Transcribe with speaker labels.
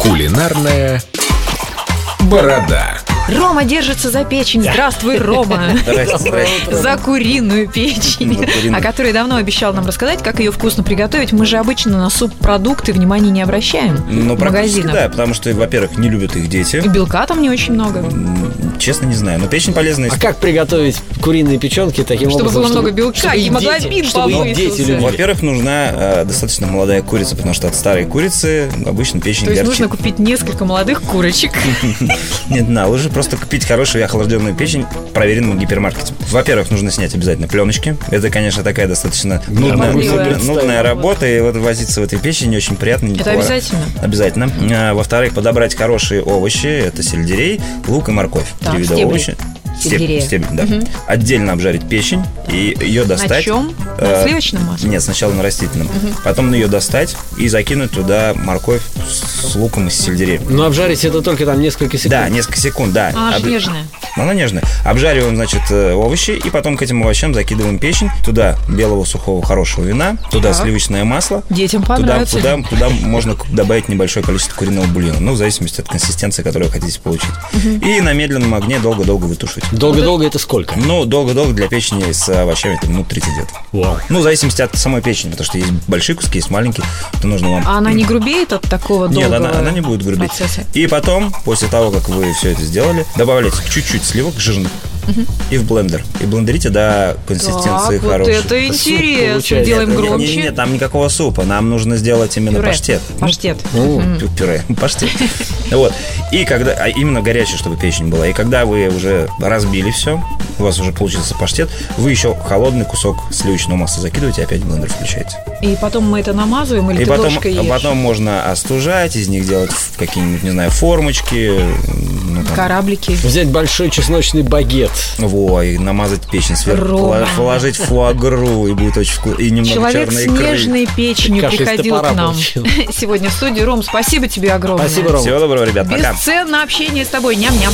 Speaker 1: Кулинарная борода.
Speaker 2: Рома держится за печень. Здравствуй, Рома.
Speaker 3: Здрасте, здрасте.
Speaker 2: За куриную печень,
Speaker 3: За куриную.
Speaker 2: о которой давно обещал нам рассказать, как ее вкусно приготовить. Мы же обычно на суп-продукты внимания не обращаем
Speaker 3: Ну,
Speaker 2: в
Speaker 3: практически
Speaker 2: магазинах.
Speaker 3: да, потому что, во-первых, не любят их дети.
Speaker 2: И Белка там не очень много,
Speaker 3: М, Честно, не знаю. Но печень полезная.
Speaker 4: А как приготовить куриные печенки таким
Speaker 2: Чтобы
Speaker 4: образом?
Speaker 2: было много белка,
Speaker 4: чтобы и
Speaker 2: гемоглобин
Speaker 4: дети- чтобы и дети
Speaker 2: повысился.
Speaker 4: любили.
Speaker 3: Во-первых, нужна э, достаточно молодая курица, потому что от старой курицы обычно печень
Speaker 2: то есть
Speaker 3: горчит.
Speaker 2: нужно купить несколько молодых курочек.
Speaker 3: Не на лыжи, просто купить хорошую и охлажденную печень в проверенном гипермаркете. Во-первых, нужно снять обязательно пленочки. Это, конечно, такая достаточно нудная,
Speaker 2: Ну, могу себе
Speaker 3: нудная-
Speaker 4: представить.
Speaker 3: нудная работа, и вот возиться в этой печени не очень приятно.
Speaker 2: Это
Speaker 3: никакого-
Speaker 2: обязательно.
Speaker 3: Обязательно. А, Во-вторых, подобрать хорошие овощи. Это сельдерей, лук и морковь.
Speaker 2: Так,
Speaker 3: Три вида
Speaker 2: стебли.
Speaker 3: овощи. Стеб-
Speaker 2: Сельдерея.
Speaker 3: стебель, да. Отдельно обжарить печень и ее достать.
Speaker 2: На чем? На
Speaker 3: Э,
Speaker 2: сливочном масле.
Speaker 3: Нет, сначала на растительном. Потом ее достать и закинуть туда морковь с с луком и с сельдереем.
Speaker 4: Но Ну, обжарить это только там несколько секунд.
Speaker 3: Да, несколько секунд, да.
Speaker 2: А, Она же
Speaker 3: Обли-
Speaker 2: нежная.
Speaker 3: Она нежная. Обжариваем, значит, э, овощи, и потом к этим овощам закидываем печень. Туда белого сухого хорошего вина, туда
Speaker 2: Так.
Speaker 3: сливочное масло.
Speaker 2: Детям
Speaker 3: Туда,
Speaker 2: понравится.
Speaker 3: туда, туда можно к- добавить небольшое количество куриного бульона, ну, в зависимости от консистенции, которую вы хотите получить. И на медленном огне долго-долго вытушить.
Speaker 4: Долго-долго это сколько?
Speaker 3: Ну, долго-долго для печени с овощами это минут 30 где-то.
Speaker 4: Вау.
Speaker 3: Ну, в зависимости от самой печени, потому что есть большие куски, есть маленькие, то нужно вам
Speaker 2: А она не грубеет от такого
Speaker 3: нет,
Speaker 2: долгого
Speaker 3: она, она не будет грубить.
Speaker 2: процесса?
Speaker 3: И потом, после того, как вы все это сделали, добавляйте чуть-чуть сливок жирных и в блендер. И блендерите до консистенции
Speaker 2: Так, вот
Speaker 3: хорошей.
Speaker 2: это интересно.
Speaker 4: получается.
Speaker 2: Делаем
Speaker 3: Нет, нет,
Speaker 2: громче.
Speaker 3: Нет, там никакого супа. Нам нужно сделать именно
Speaker 2: Пюре.
Speaker 3: паштет.
Speaker 2: Паштет.
Speaker 3: Ну, пю- пюре, паштет. Вот. И когда, а именно горячая, чтобы печень была. И когда вы уже разбили все, у вас уже получился паштет, вы еще холодный кусок сливочного масла закидываете и опять в блендер включаете.
Speaker 2: И потом мы это намазываем или
Speaker 3: И
Speaker 2: ты
Speaker 3: потом,
Speaker 2: ложкой
Speaker 3: а
Speaker 2: ешь?
Speaker 3: потом можно остужать, из них делать в какие-нибудь, не знаю, формочки. Ну, там,
Speaker 2: Кораблики.
Speaker 4: Взять большой чесночный багет.
Speaker 3: во, и намазать печень сверху,
Speaker 2: Рома.
Speaker 3: поло- положить фуагру, и будет очень вкусно. И немного
Speaker 2: Человек с
Speaker 3: черной икры.
Speaker 2: нежной печенью
Speaker 4: Каша из
Speaker 2: приходил
Speaker 4: топора
Speaker 2: к нам
Speaker 4: получилась.
Speaker 2: сегодня в студию. Ром, спасибо тебе огромное.
Speaker 4: Спасибо, Рома.
Speaker 3: Всего доброго, ребят, пока.
Speaker 2: Бесценно общение с тобой. Ням-ням.